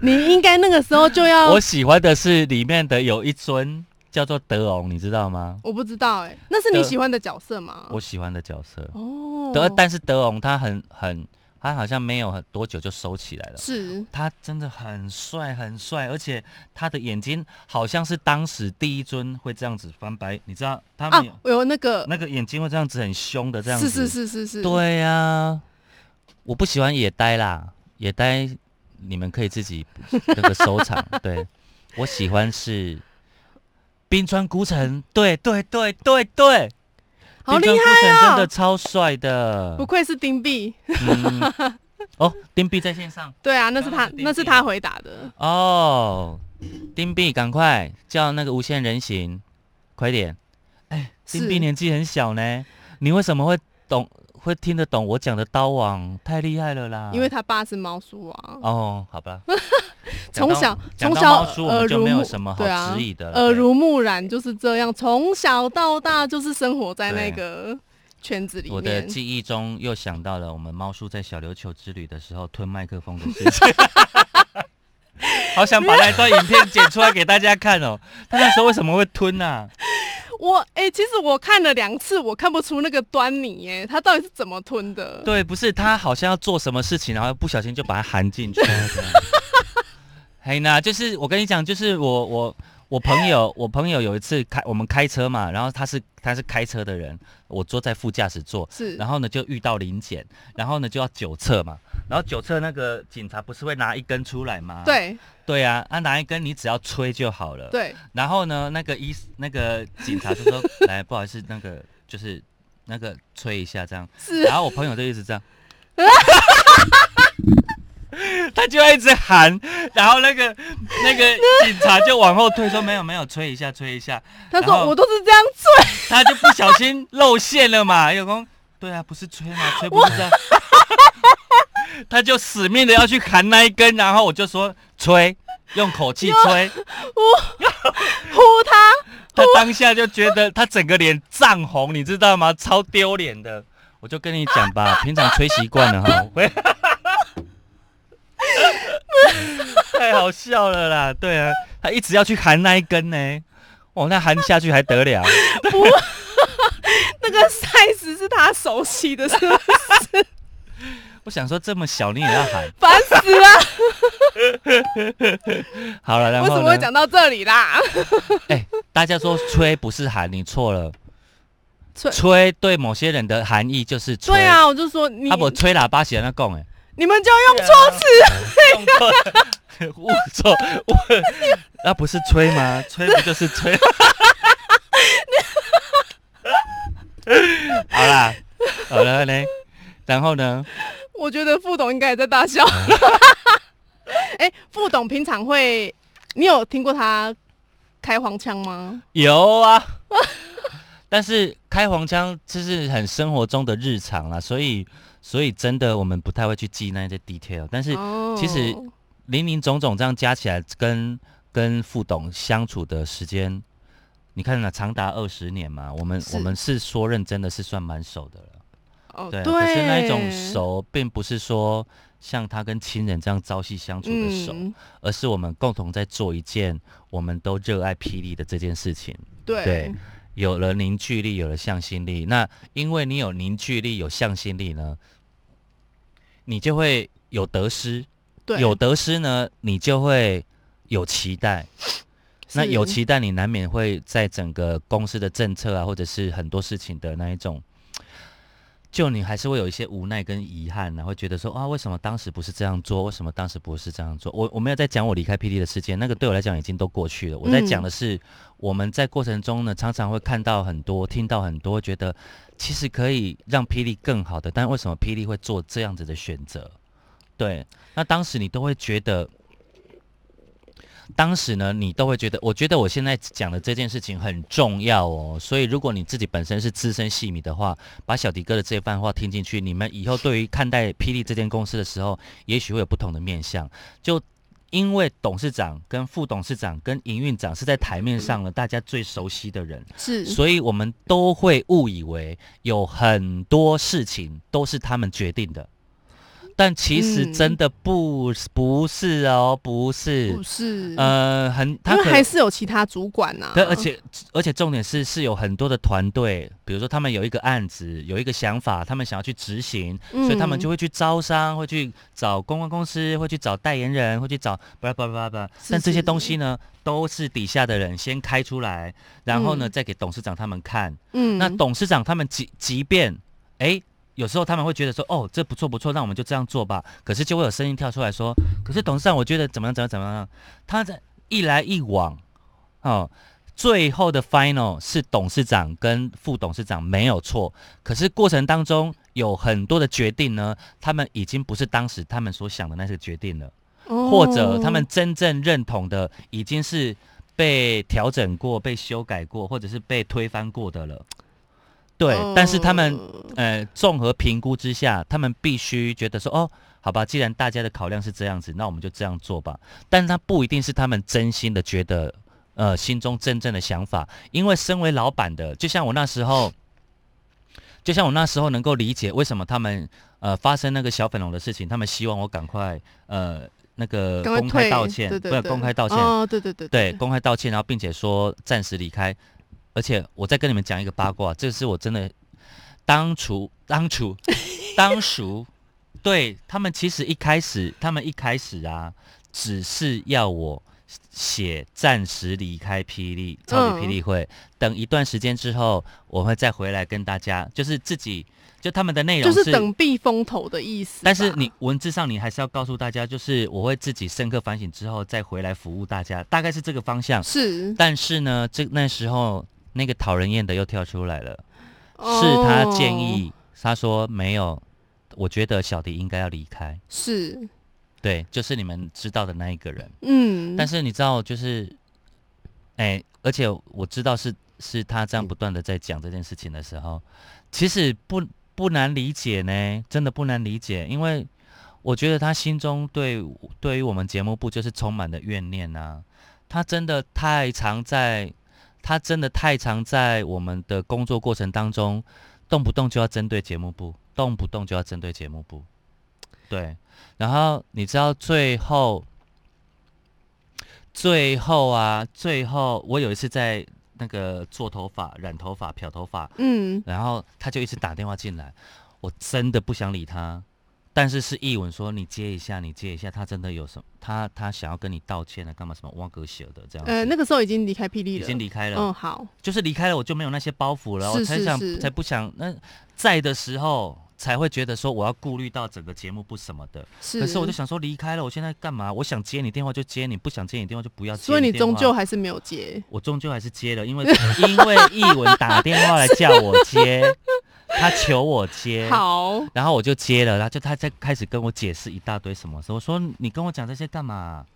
Speaker 5: 你应该那个时候就要
Speaker 3: 我，喜欢的是里面的有一尊叫做德龙，你知道吗？
Speaker 5: 我不知道哎，那是你
Speaker 3: 的
Speaker 5: 喜欢的角色吗？
Speaker 3: 我喜欢的角色，
Speaker 5: 哦，
Speaker 3: 德但是德龙他很很他好像没有很多久就收起来了。
Speaker 5: 是
Speaker 3: 他真的很帅，很帅，而且他的眼睛好像是当时第一尊会这样子翻白，你知道他
Speaker 5: 啊
Speaker 3: 们有、，
Speaker 5: 有那个，
Speaker 3: 那个眼睛会这样子很凶的这样子。
Speaker 5: 是是是是是，
Speaker 3: 对啊呀、我不喜欢野呆啦，野呆你们可以自己那个收藏。对我喜欢是冰川孤城，对对对对对，
Speaker 5: 好厉
Speaker 3: 冰川孤
Speaker 5: 害
Speaker 3: 城
Speaker 5: 哦
Speaker 3: 真的超帅的
Speaker 5: 不。愧是丁碧，
Speaker 3: 嗯、哦，丁碧在线上。
Speaker 5: 对啊，那是他
Speaker 3: 当然是，丁碧
Speaker 5: 那是他回答的。
Speaker 3: 哦，丁碧，赶快叫那个无限人形，快点！哎，
Speaker 5: 是
Speaker 3: 丁碧年纪很小呢，你为什么会懂？会听得懂我讲的刀王，太厉害了啦！
Speaker 5: 因为他爸是猫叔啊，
Speaker 3: 哦，好吧，讲
Speaker 5: 从
Speaker 3: 到
Speaker 5: 小
Speaker 3: 讲
Speaker 5: 从
Speaker 3: 到
Speaker 5: 小
Speaker 3: 猫叔我
Speaker 5: 耳
Speaker 3: 们就
Speaker 5: 濡
Speaker 3: 没有
Speaker 5: 目
Speaker 3: 什么好
Speaker 5: 对啊
Speaker 3: 质疑的了，
Speaker 5: 耳
Speaker 3: 呃对
Speaker 5: 濡目染就是这样，从小到大就是生活在
Speaker 3: 对
Speaker 5: 那个圈子里
Speaker 3: 我的
Speaker 5: 面。
Speaker 3: 记忆中又想到了我们猫叔在小琉球之旅的时候吞麦克风的事情， 好想把那一段影片剪出来给大家看哦。他那时候为什么会吞呢、啊？
Speaker 5: 我哎、其实我看了两次，我看不出那个端倪耶，他到底是怎么吞的？
Speaker 3: 对，不是他好像要做什么事情，然后不小心就把它含进去。 嘿那就是我跟你讲，就是我我我朋友，我朋友有一次开我们开车嘛，然后他是他是开车的人，我坐在副驾驶座，
Speaker 5: 是
Speaker 3: 然后呢就遇到临检，然后呢就要酒测嘛，然后酒测那个警察不是会拿一根出来吗？
Speaker 5: 对
Speaker 3: 对啊，啊拿一根你只要吹就好了。
Speaker 5: 对，
Speaker 3: 然后呢，那个医那个警察就说：“来，不好意思，那个就是那个吹一下这样。”
Speaker 5: 是
Speaker 3: 然后我朋友就一直这样， 他就一直喊，然后那个那个警察就往后退，说没有没有，吹一下吹一下，
Speaker 5: 他
Speaker 3: 然
Speaker 5: 说
Speaker 3: 后
Speaker 5: 我都是这样做，
Speaker 3: 他就不小心露馅了嘛，有公对啊，不是吹嘛，吹不是这样。 他就死命的要去含那一根，然后我就说吹，用口气吹，
Speaker 5: 呼他。
Speaker 3: 他当下就觉得他整个脸涨红，你知道吗？超丢脸的。我就跟你讲 吧，平常吹习惯了哈，会太好笑了啦。对啊，他一直要去含那一根呢，哦，那含下去还得了？
Speaker 5: 那个 size 是他熟悉的，是不是
Speaker 3: 我想说这么小你也要含，
Speaker 5: 烦死了！
Speaker 3: 好了，然
Speaker 5: 为什
Speaker 3: 后
Speaker 5: 么会
Speaker 3: 呢？
Speaker 5: 讲到这里啦？
Speaker 3: 哎、大家说吹不是含，你错了。
Speaker 5: 吹
Speaker 3: 吹对某些人的含义就是吹，
Speaker 5: 对，啊，我就说你
Speaker 3: 他不吹喇叭喜欢那讲哎。
Speaker 5: 你们就用错词，
Speaker 3: 用错，误错，误，那不是吹吗？吹不就是吹？ 好啦，好了呢，然后呢？
Speaker 5: 我觉得副董应该也在大笑。 哎、副董平常会，你有听过他开黄腔吗？
Speaker 3: 有啊，但是开黄腔就是很生活中的日常啦，所以所以真的我们不太会去记那些 detail，但是
Speaker 5: 哦
Speaker 3: 其实林林总总这样加起来跟，跟副董相处的时间你看呢，长达二十年嘛，我们
Speaker 5: 是
Speaker 3: 我们是说认真的是算蛮熟的了。
Speaker 5: 哦，
Speaker 3: 对，啊
Speaker 5: 对，
Speaker 3: 可是那一种熟，并不是说像他跟亲人这样朝夕相处的熟，
Speaker 5: 嗯，
Speaker 3: 而是我们共同在做一件我们都热爱霹雳的这件事情。
Speaker 5: 对，
Speaker 3: 对有了凝聚力，有了向心力。那因为你有凝聚力，有向心力呢，你就会有得失。
Speaker 5: 对
Speaker 3: 有得失呢，你就会有期待。那有
Speaker 5: 是
Speaker 3: 期待，你难免会在整个公司的政策啊，或者是很多事情的那一种，就你还是会有一些无奈跟遗憾、然后觉得说啊，为什么当时不是这样做？为什么当时不是这样做？我我没有在讲我离开 PD 的事件，那个对我来讲已经都过去了。我在讲的是、我们在过程中呢，常常会看到很多、听到很多，觉得其实可以让霹雳更好的，但为什么霹雳会做这样子的选择？对，那当时你都会觉得，当时呢，你都会觉得，我觉得我现在讲的这件事情很重要哦。所以，如果你自己本身是资深戏迷的话，把小迪哥的这番话听进去，你们以后对于看待霹雳这间公司的时候，也许会有不同的面向。就因为董事长、跟副董事长、跟营运长是在台面上了，大家最熟悉的人，
Speaker 5: 是
Speaker 3: 所以我们都会误以为有很多事情都是他们决定的，但其实
Speaker 5: 嗯
Speaker 3: 真的不、不是哦，不是
Speaker 5: 不，是？
Speaker 3: 呃，很他
Speaker 5: 因为
Speaker 3: 可
Speaker 5: 还是有其他主管呐、啊，
Speaker 3: 对，而且而且重点是是有很多的团队，比如说他们有一个案子，有一个想法，他们想要去执行，
Speaker 5: 嗯
Speaker 3: 所以他们就会去招商，会去找公关公司，会去找代言人，会去找巴拉巴拉巴拉巴拉。
Speaker 5: 是
Speaker 3: 但这
Speaker 5: 是
Speaker 3: 些东西呢，都是底下的人先开出来，然后呢、
Speaker 5: 嗯
Speaker 3: 再给董事长他们看。
Speaker 5: 嗯
Speaker 3: 那董事长他们即即便哎。有时候他们会觉得说，哦，这不错不错，那我们就这样做吧。可是就会有声音跳出来说，可是董事长，我觉得怎么样怎么样怎么样。他在一来一往，哦，最后的 final 是董事长跟副董事长没有错，可是过程当中有很多的决定呢，他们已经不是当时他们所想的那些决定了，
Speaker 5: 哦
Speaker 3: 或者他们真正认同的已经是被调整过、被修改过，或者是被推翻过的了。对，但是他们
Speaker 5: 哦
Speaker 3: 呃，综合评估之下，他们必须觉得说，哦，好吧，既然大家的考量是这样子，那我们就这样做吧。但他不一定是他们真心的觉得，呃，心中真正的想法，因为身为老板的，就像我那时候，就像我那时候能够理解为什么他们呃发生那个小粉红的事情，他们希望我赶快呃那个
Speaker 5: 赶快
Speaker 3: 公开
Speaker 5: 退
Speaker 3: 道歉，
Speaker 5: 对对
Speaker 3: 不
Speaker 5: 对
Speaker 3: 是公开道歉，
Speaker 5: 哦，对 对对
Speaker 3: 对，公开道歉，然后并且说暂时离开。而且我再跟你们讲一个八卦，这是我真的当初当 初当初对他们其实一开始，他们一开始啊，只是要我写暂时离开霹雳超级霹雳
Speaker 5: 嗯
Speaker 3: 会，等一段时间之后，我会再回来跟大家，就是自己就他们的内容
Speaker 5: 就是等避风头的意思吧。
Speaker 3: 但是你文字上你还是要告诉大家，就是我会自己深刻反省之后再回来服务大家，大概是这个方向。
Speaker 5: 是
Speaker 3: 但是呢，这那时候那个讨人厌的又跳出来了，是
Speaker 5: 哦
Speaker 3: 他建议，他说没有，我觉得小迪应该要离开。
Speaker 5: 是
Speaker 3: 对，就是你们知道的那一个人。
Speaker 5: 嗯，
Speaker 3: 但是你知道，就是，哎、而且我知道是是他这样不断的在讲这件事情的时候，其实不不难理解呢，真的不难理解，因为我觉得他心中对对于我们节目部就是充满了怨念啊，他真的太常在，他真的太常在我们的工作过程当中，动不动就要针对节目部，动不动就要针对节目部，对，然后你知道最后。最后啊，最后我有一次在那个做头发、染头发、漂头发，
Speaker 5: 嗯
Speaker 3: 然后他就一直打电话进来，我真的不想理他，但是是译文说你接一下，你接一下，他真的有什么，他他想要跟你道歉啊了，干嘛什么挖哥写的这样子，
Speaker 5: 呃，那个时候已经离开霹雳
Speaker 3: 已
Speaker 5: 了，
Speaker 3: 经离开了，
Speaker 5: 嗯好
Speaker 3: 就是离开了我就没有那些包袱了，
Speaker 5: 是
Speaker 3: 我才
Speaker 5: 是
Speaker 3: 想
Speaker 5: 是
Speaker 3: 才不想那在的时候才会觉得说我要顾虑到整个节目不什么的，
Speaker 5: 是。
Speaker 3: 可是我就想说离开了，我现在干嘛？我想接你电话就接你，不想接你电话就不要接
Speaker 5: 所以你
Speaker 3: 电
Speaker 5: 终
Speaker 3: 话
Speaker 5: 究还是没有接，
Speaker 3: 我终究还是接了，因为 因为译文打电话来叫我 接，他求我接，
Speaker 5: 好，
Speaker 3: 然后我就接了，然后就他在开始跟我解释一大堆什么事，我说你跟我讲这些干嘛？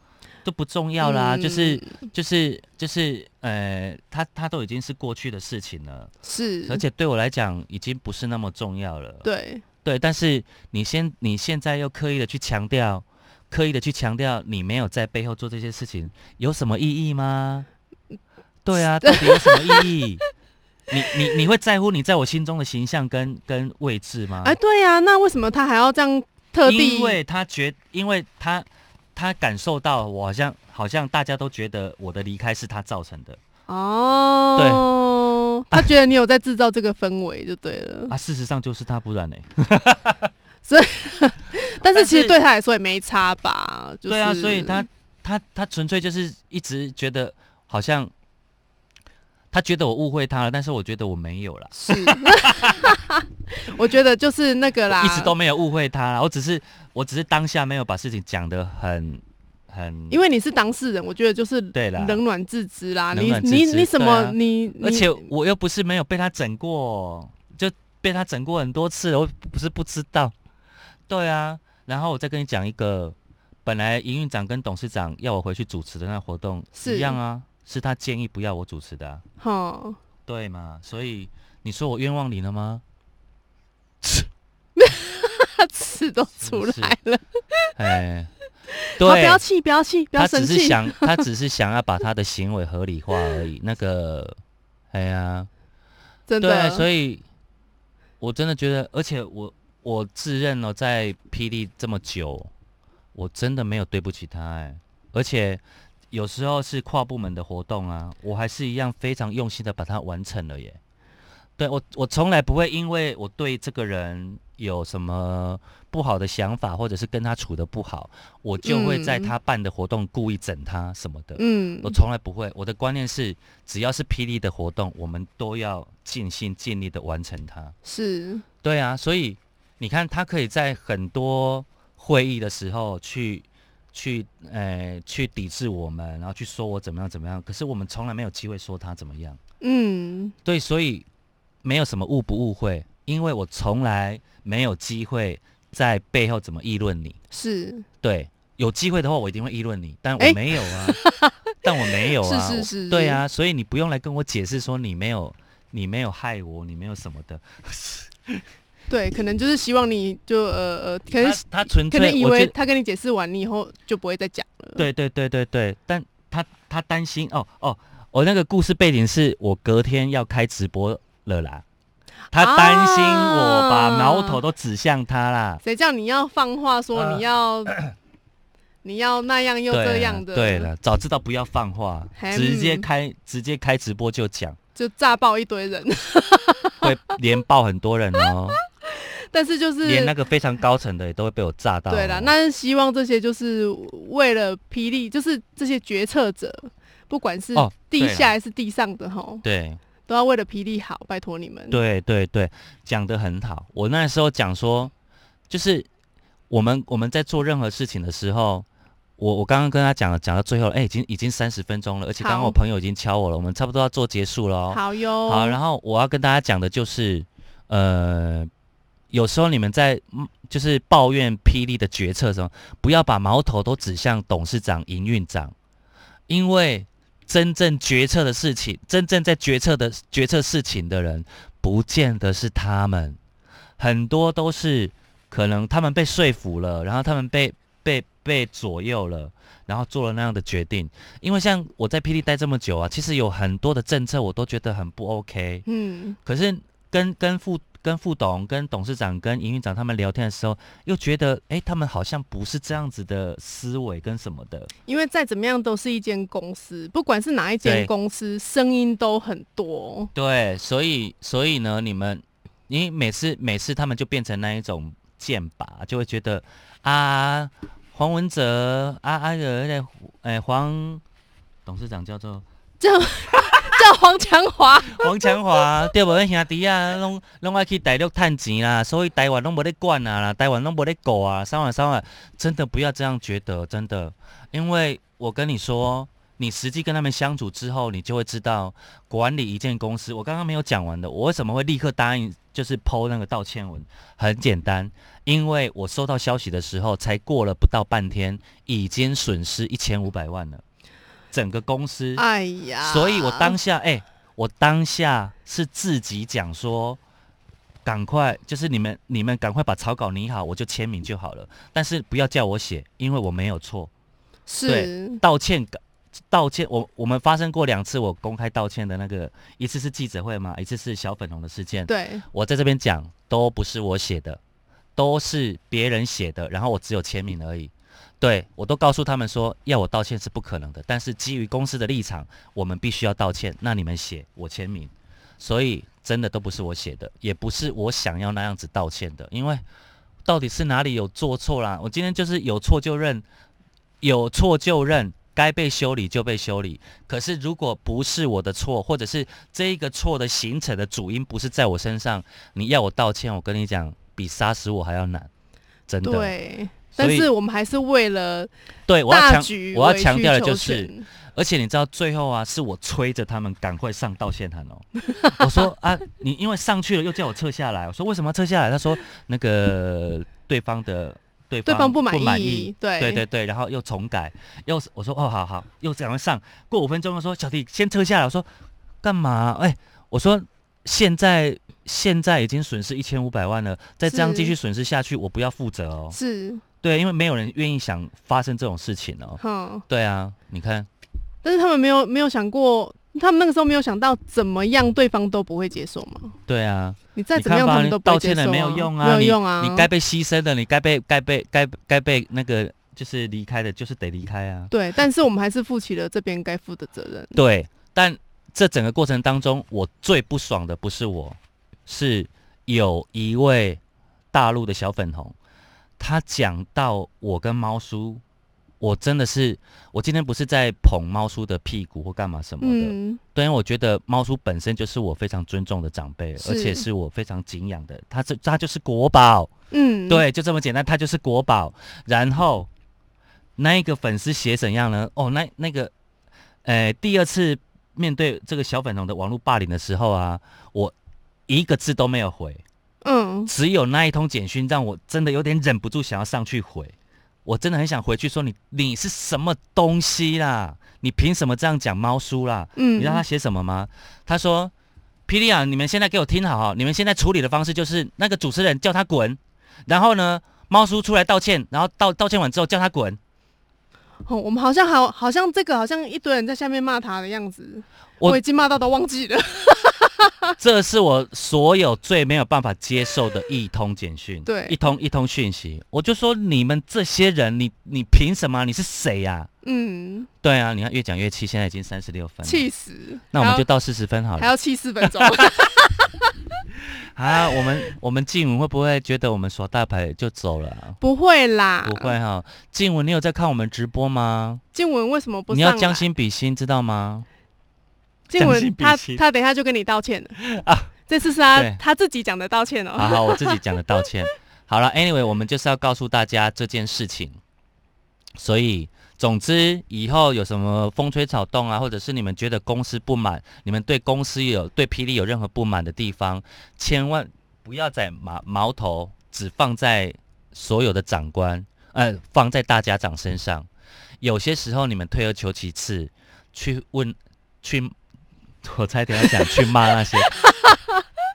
Speaker 3: 都不重要啦，
Speaker 5: 嗯
Speaker 3: 就是就是就是呃，他他都已经是过去的事情了，
Speaker 5: 是，
Speaker 3: 而且对我来讲已经不是那么重要了。
Speaker 5: 对，
Speaker 3: 对，但是你先你现在又刻意的去强调，刻意的去强调你没有在背后做这些事情，有什么意义吗？对啊，到底有什么意义？你你你会在乎你在我心中的形象跟跟位置吗？
Speaker 5: 哎，对呀、那为什么他还要这样特地？
Speaker 3: 啊因为他觉，因为他他感受到我好像好像大家都觉得我的离开是他造成的
Speaker 5: 哦，他觉得你有在制造这个氛围就对 了，
Speaker 3: 啊，事实上就是他，不然呢、
Speaker 5: 但是其
Speaker 3: 但
Speaker 5: 实
Speaker 3: 是
Speaker 5: 对他来说也没差吧？就是、
Speaker 3: 对啊，所以他他他纯粹就是一直觉得好像他觉得我误会他了，但是我觉得我没有啦，
Speaker 5: 是， 我觉得就是那个啦，
Speaker 3: 一直都没有误会他啦，我只是我只是当下没有把事情讲得很很，
Speaker 5: 因为你是当事人，我觉得就是
Speaker 3: 对啦
Speaker 5: 冷暖自知啦。
Speaker 3: 冷
Speaker 5: 你
Speaker 3: 暖自
Speaker 5: 你
Speaker 3: 知
Speaker 5: 你什么、
Speaker 3: 对啊
Speaker 5: 你，你
Speaker 3: 而且我又不是没有被他整过，就被他整过很多次了，我不是不知道。对啊，然后我再跟你讲一个，本来营运长跟董事长要我回去主持的那活动
Speaker 5: 是
Speaker 3: 一样啊，是他建议不要我主持的、啊，
Speaker 5: 哈，
Speaker 3: 对嘛？所以你说我冤枉你了 吗？
Speaker 5: 他刺都出来了，
Speaker 3: 哎，
Speaker 5: 好，不
Speaker 3: 对，
Speaker 5: 要气，不要气，不要
Speaker 3: 他
Speaker 5: 生
Speaker 3: 只是
Speaker 5: 气。
Speaker 3: 想，他只是想要把他的行为合理化而已。那个，哎呀，
Speaker 5: 真
Speaker 3: 对，啊
Speaker 5: 的，
Speaker 3: 所以我真的觉得，而且我我自认哦，在霹雳这么久，我真的没有对不起他哎、而且有时候是跨部门的活动啊，我还是一样非常用心的把它完成了耶。对我，我从来不会因为我对这个人有什么不好的想法，或者是跟他处的不好，我就会在
Speaker 5: 嗯
Speaker 3: 他办的活动故意整他什么的。
Speaker 5: 嗯
Speaker 3: 我，从来不会，我的观念是，只要是霹雳的活动，我们都要尽心尽力的完成它。
Speaker 5: 是
Speaker 3: 对啊，所以你看，他可以在很多会议的时候去去呃去抵制我们，然后去说我怎么样怎么样，可是我们从来没有机会说他怎么样。
Speaker 5: 嗯，
Speaker 3: 对，所以没有什么误不误会，因为我从来没有机会在背后怎么议论你。
Speaker 5: 是
Speaker 3: 对，有机会的话，我一定会议论你，但
Speaker 5: 哎
Speaker 3: 我没有 啊，但我没有啊，
Speaker 5: 是是
Speaker 3: 我
Speaker 5: 是
Speaker 3: 对啊，所以你不用来跟我解释说你没有，你没有害我，你没有什么的，
Speaker 5: 对，可能就是希望你就呃呃，可能
Speaker 3: 他他纯
Speaker 5: 可能
Speaker 3: 粹
Speaker 5: 以
Speaker 3: 嗯我觉
Speaker 5: 为
Speaker 3: 得，
Speaker 5: 他跟你解释完，你以后就不会再讲了。，
Speaker 3: 对对对对对，但他他担心哦哦，我那个故事背景是我隔天要开直播了啦。他担心我把矛头都指向他啦，
Speaker 5: 谁叫你要放话说
Speaker 3: 呃
Speaker 5: 你要、你要那样又
Speaker 3: 对
Speaker 5: 这
Speaker 3: 啊
Speaker 5: 样的，
Speaker 3: 对，了，早知道不要放话，
Speaker 5: 嘿
Speaker 3: 直接
Speaker 5: 嗯
Speaker 3: 开直接开直播就讲，
Speaker 5: 就炸爆一堆人。
Speaker 3: 会连爆很多人哦。
Speaker 5: 但是就是
Speaker 3: 连那个非常高层的也都会被我炸到哦。
Speaker 5: 对啦，那希望这些就是为了霹雳，就是这些决策者，不管是
Speaker 3: 哦
Speaker 5: 地
Speaker 3: 对啦
Speaker 5: 下还是地上的吼，
Speaker 3: 对
Speaker 5: 都要为了霹雳好，拜托你们。，
Speaker 3: 对对对，讲的很好。我那时候讲说，就是我们我们在做任何事情的时候，我我刚刚跟他讲了，讲到最后了，哎，已经已经三十分钟了，而且刚刚
Speaker 5: 好
Speaker 3: 我朋友已经敲我了，我们差不多要做结束了哦。
Speaker 5: 好哟。
Speaker 3: 好，然后我要跟大家讲的就是，呃，有时候你们在嗯就是抱怨霹雳的决策中，不要把矛头都指向董事长、营运长，因为真正决策的事情，真正在决策的决策事情的人，不见得是他们，很多都是可能他们被说服了，然后他们被被被左右了。然后做了那样的决定，因为像我在霹雳待这么久啊，其实有很多的政策我都觉得很不 OK。
Speaker 5: 嗯，
Speaker 3: 可是跟跟副跟副董、跟董事长、跟营运长他们聊天的时候，又觉得哎，诶他们好像不是这样子的思维跟什么的。
Speaker 5: 因为再怎么样都是一间公司，不管是哪一间
Speaker 3: 对
Speaker 5: 公司，声音都很多。
Speaker 3: 对，所以所以呢，你们你每次每次他们就变成那一种剑拔，就会觉得啊，黄文哲啊啊呃，那个哎黄董事长叫做
Speaker 5: 叫黄强华，
Speaker 3: 王强华，对无？咱兄弟啊，拢拢爱去大陆趁钱啦，所以台湾拢无咧管啊啦，台湾拢无咧顾啊，三万三万，真的不要这样觉得，真的，因为我跟你说，你实际跟他们相处之后，你就会知道管理一间公司，我刚刚没有讲完的，我为什么会立刻答应，就是剖那个道歉文，很简单，因为我收到消息的时候，才过了不到半天，已经损失一千五百万了，整个公司。
Speaker 5: 哎呀，
Speaker 3: 所以我当下，哎、我当下是自己讲说，赶快，就是你们你们赶快把草稿拟好，我就签名就好了。但是不要叫我写，因为我没有错。对
Speaker 5: 是
Speaker 3: 道歉稿道歉，我我们发生过两次我公开道歉的那个，一次是记者会嘛，一次是小粉红的事件。
Speaker 5: 对，
Speaker 3: 我在这边讲都不是我写的，都是别人写的，然后我只有签名而已。对我都告诉他们说要我道歉是不可能的，但是基于公司的立场，我们必须要道歉。那你们写，我签名，所以真的都不是我写的，也不是我想要那样子道歉的，因为到底是哪里有做错啦？我今天就是有错就认，有错就认，该被修理就被修理。可是如果不是我的错，或者是这一个错的形成的主因不是在我身上，你要我道歉，我跟你讲，比杀死我还要难，真的。
Speaker 5: 对。
Speaker 3: 所
Speaker 5: 但
Speaker 3: 以
Speaker 5: 是我们还是为了
Speaker 3: 对，我要
Speaker 5: 大
Speaker 3: 强
Speaker 5: 局，
Speaker 3: 我要
Speaker 5: 委
Speaker 3: 强
Speaker 5: 曲
Speaker 3: 调的
Speaker 5: 求
Speaker 3: 就是，
Speaker 5: 全，
Speaker 3: 而且你知道最后啊，是我催着他们赶快上道歉函哦。我 说啊，你因为上去了又叫我撤下来，我说为什么要撤下来？他说那个对方的对方
Speaker 5: 对方不满
Speaker 3: 嗯意，
Speaker 5: 对
Speaker 3: 对对对，然后又重改，又我说哦，好好，又赶快上。过五分钟，我说小弟先撤下来。我说干嘛？哎，我说现在现在已经损失一千五百万了，再这样继续损失下去，我不要负责哦。
Speaker 5: 是，
Speaker 3: 对，因为没有人愿意想发生这种事情哦。
Speaker 5: 哼。
Speaker 3: 对啊，你看，
Speaker 5: 但是他们没有没有想过，他们那个时候没有想到怎么样对方都不会接受嘛。
Speaker 3: 对啊，
Speaker 5: 你再
Speaker 3: 你
Speaker 5: 怎么
Speaker 3: 看
Speaker 5: 样，
Speaker 3: 吧，
Speaker 5: 他们
Speaker 3: 你
Speaker 5: 都不
Speaker 3: 道
Speaker 5: 会接
Speaker 3: 歉
Speaker 5: 受、
Speaker 3: 了没有用啊，
Speaker 5: 没有用啊，
Speaker 3: 你你该被牺牲的，你该被该被该该被那个就是离开的，就是得离开啊。
Speaker 5: 对，但是我们还是负起了这边该负的责任。
Speaker 3: 对，但这整个过程当中，我最不爽的不是我，是有一位大陆的小粉红，他讲到我跟猫叔，我真的是，我今天不是在捧猫叔的屁股或干嘛什么的，
Speaker 5: 嗯，
Speaker 3: 对，因为我觉得猫叔本身就是我非常尊重的长辈，
Speaker 5: 是
Speaker 3: 而且是我非常敬仰的，他这他就是国宝，
Speaker 5: 嗯，，
Speaker 3: 对，就这么简单，他就是国宝。然后那一个粉丝写怎样呢？哦，那那个，呃，第二次面对这个小粉红的网络霸凌的时候啊，我一个字都没有回，
Speaker 5: 嗯，
Speaker 3: 只有那一通简讯让我真的有点忍不住想要上去回，我真的很想回去说你你是什么东西啦？你凭什么这样讲猫叔啦？
Speaker 5: 嗯，
Speaker 3: 你知道他写什么吗？他说：“霹雳啊，你们现在给我听好哈，你们现在处理的方式就是那个主持人叫他滚，然后呢，猫叔出来道歉，然后道道歉完之后叫他滚。
Speaker 5: 哦，我们好像好，好像这个好像一堆人在下面骂他的样子，
Speaker 3: 我
Speaker 5: 我已经骂到都忘记了。啊
Speaker 3: 这是我所有最没有办法接受的一通简讯，
Speaker 5: 对
Speaker 3: 一通一通讯息。我就说你们这些人，你你凭什么啊？你是谁呀、
Speaker 5: 嗯，
Speaker 3: 对啊，你看越讲越气，现在已经三十六分了，
Speaker 5: 气死！
Speaker 3: 那我们
Speaker 5: 还
Speaker 3: 就
Speaker 5: 要
Speaker 3: 到四十分好
Speaker 5: 还
Speaker 3: 了。
Speaker 5: 要气四 分钟，
Speaker 3: 啊，我们 我们静茹会不会觉得我们耍大牌就走了啊、
Speaker 5: 不会啦，
Speaker 3: 不。会哈，静文，你有在看我们直播吗？
Speaker 5: 静雯为什么不
Speaker 3: 你
Speaker 5: 上来？
Speaker 3: 要将心比心，知道吗？
Speaker 5: 静
Speaker 3: 将心
Speaker 5: 雯
Speaker 3: 比
Speaker 5: 他
Speaker 3: 心
Speaker 5: 他等一下就跟你道 歉了啊，这次是他
Speaker 3: 对
Speaker 5: 他自己讲的道歉哦。
Speaker 3: 好好，我自己讲的道歉。好了，anyway，我们就是要告诉大家这件事情。所以，总之以后有什么风吹草动啊，或者是你们觉得公司不满，你们对公司有对霹雳有任何不满的地方，千万不要在矛矛头只放在所有的长官，呃，放在大家长身上。有些时候，你们退而求其次，去问，去，我差点要讲 去骂那些，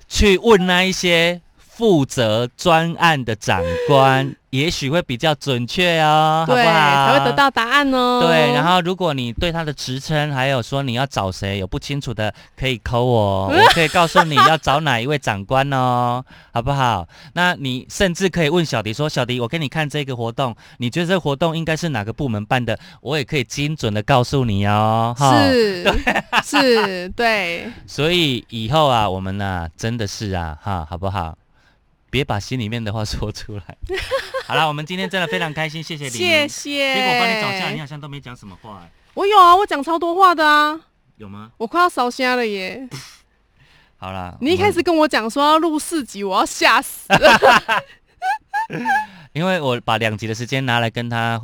Speaker 3: 去问那一些负责专案的长官，也许会比较准确哦，好不
Speaker 5: 对，
Speaker 3: 好？
Speaker 5: 才会得。到答案哦。
Speaker 3: 对，然后如果你对他的职称还有说你要找谁有不清楚的，可以扣我， 我可以告诉你要找哪一位长官哦，好不好？那你甚至可以问小迪说：“小迪，我给你看这个活动，你觉得这个活动应该是哪个部门办的？我也可以精准的告诉你哦。”哈。
Speaker 5: 是是，对，
Speaker 3: 所以以后啊，我们呢、真的是啊，哈，好不好？别把心里面的话说出 来。好了，我们今天真的非常开心，谢谢你。
Speaker 5: 谢谢。
Speaker 3: 结果我帮你找一下，你好像都没讲什么话、哎
Speaker 5: 我有啊，我讲超多话的啊，
Speaker 3: 有吗？
Speaker 5: 我快要烧瞎了耶！
Speaker 3: 好啦，
Speaker 5: 你一开始跟我讲说要录四集，我要吓死了。
Speaker 3: 我们，因为我把两集的时间拿来跟他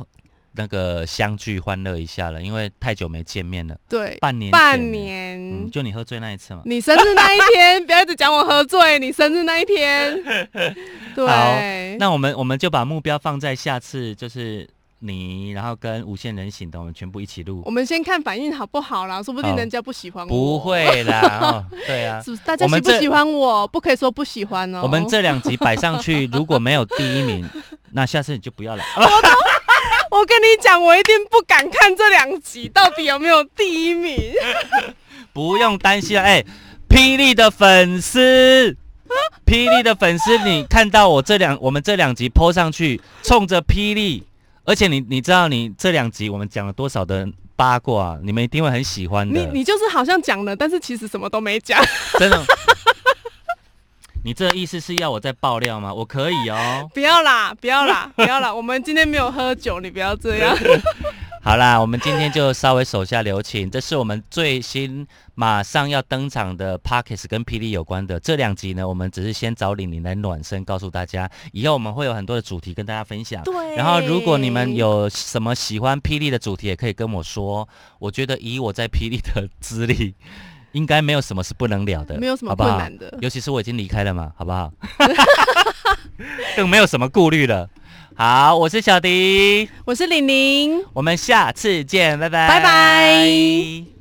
Speaker 3: 那个相聚欢乐一下了，因为太久没见面了，
Speaker 5: 对，
Speaker 3: 半年前了，
Speaker 5: 半年。
Speaker 3: 嗯，就你喝醉那一次嘛。
Speaker 5: 你生日那一天，不要一直讲我喝醉。你生日那一天， 对，
Speaker 3: 那我们我们就把目标放在下次，就是你，然后跟无限人行的，我们全部一起录
Speaker 5: 我。们先看反应好不好啦，说不定
Speaker 3: 好
Speaker 5: 人家不喜欢我。
Speaker 3: 不，会啦，哦，对 啊，
Speaker 5: 是不是大家
Speaker 3: 我
Speaker 5: 喜
Speaker 3: 们
Speaker 5: 不
Speaker 3: 这
Speaker 5: 喜欢我？不可以说不喜欢哦。
Speaker 3: 我 们这两集摆上去，如果没有第一名，那下次你就不要来。
Speaker 5: 我跟你讲，我一定不敢看这两集到底有没有第一名。
Speaker 3: 不用担心啊，哎、霹雳的粉丝，啊霹雳的粉丝，你看到我这两我们这两集 PO 上去，冲着霹雳，而且你你知道你这两集我们讲了多少的八卦、啊你们一定会很喜欢
Speaker 5: 你
Speaker 3: 的，
Speaker 5: 你就是好像讲了，但是其实什么都 没讲。
Speaker 3: 真的。你这意思是要我再爆料吗？我可以 哦。
Speaker 5: 不要啦，不要啦，不要啦！我们今天没有喝酒，你不要这 样。
Speaker 3: 好啦，我们今天就稍微手下留情，这是我们最新马上要登场的 Pockets 跟霹雳有关的这两集呢，我们只是先找玲玲来暖身，告诉大家，以后我们会有很多的主题跟大家分享。
Speaker 5: 对
Speaker 3: 然后，如果你们有什么喜欢霹雳的主题，也可以跟我说。我觉得以我在霹雳的资历，应该没有什么是不能聊的，
Speaker 5: 没有什么
Speaker 3: 好不好
Speaker 5: 困难的
Speaker 3: 尤其是我已经离开了嘛，好不好？ 更没有什么顾虑了。好，我是小迪，
Speaker 5: 我是玲玲。
Speaker 3: 我们下次见，拜拜，
Speaker 5: 拜拜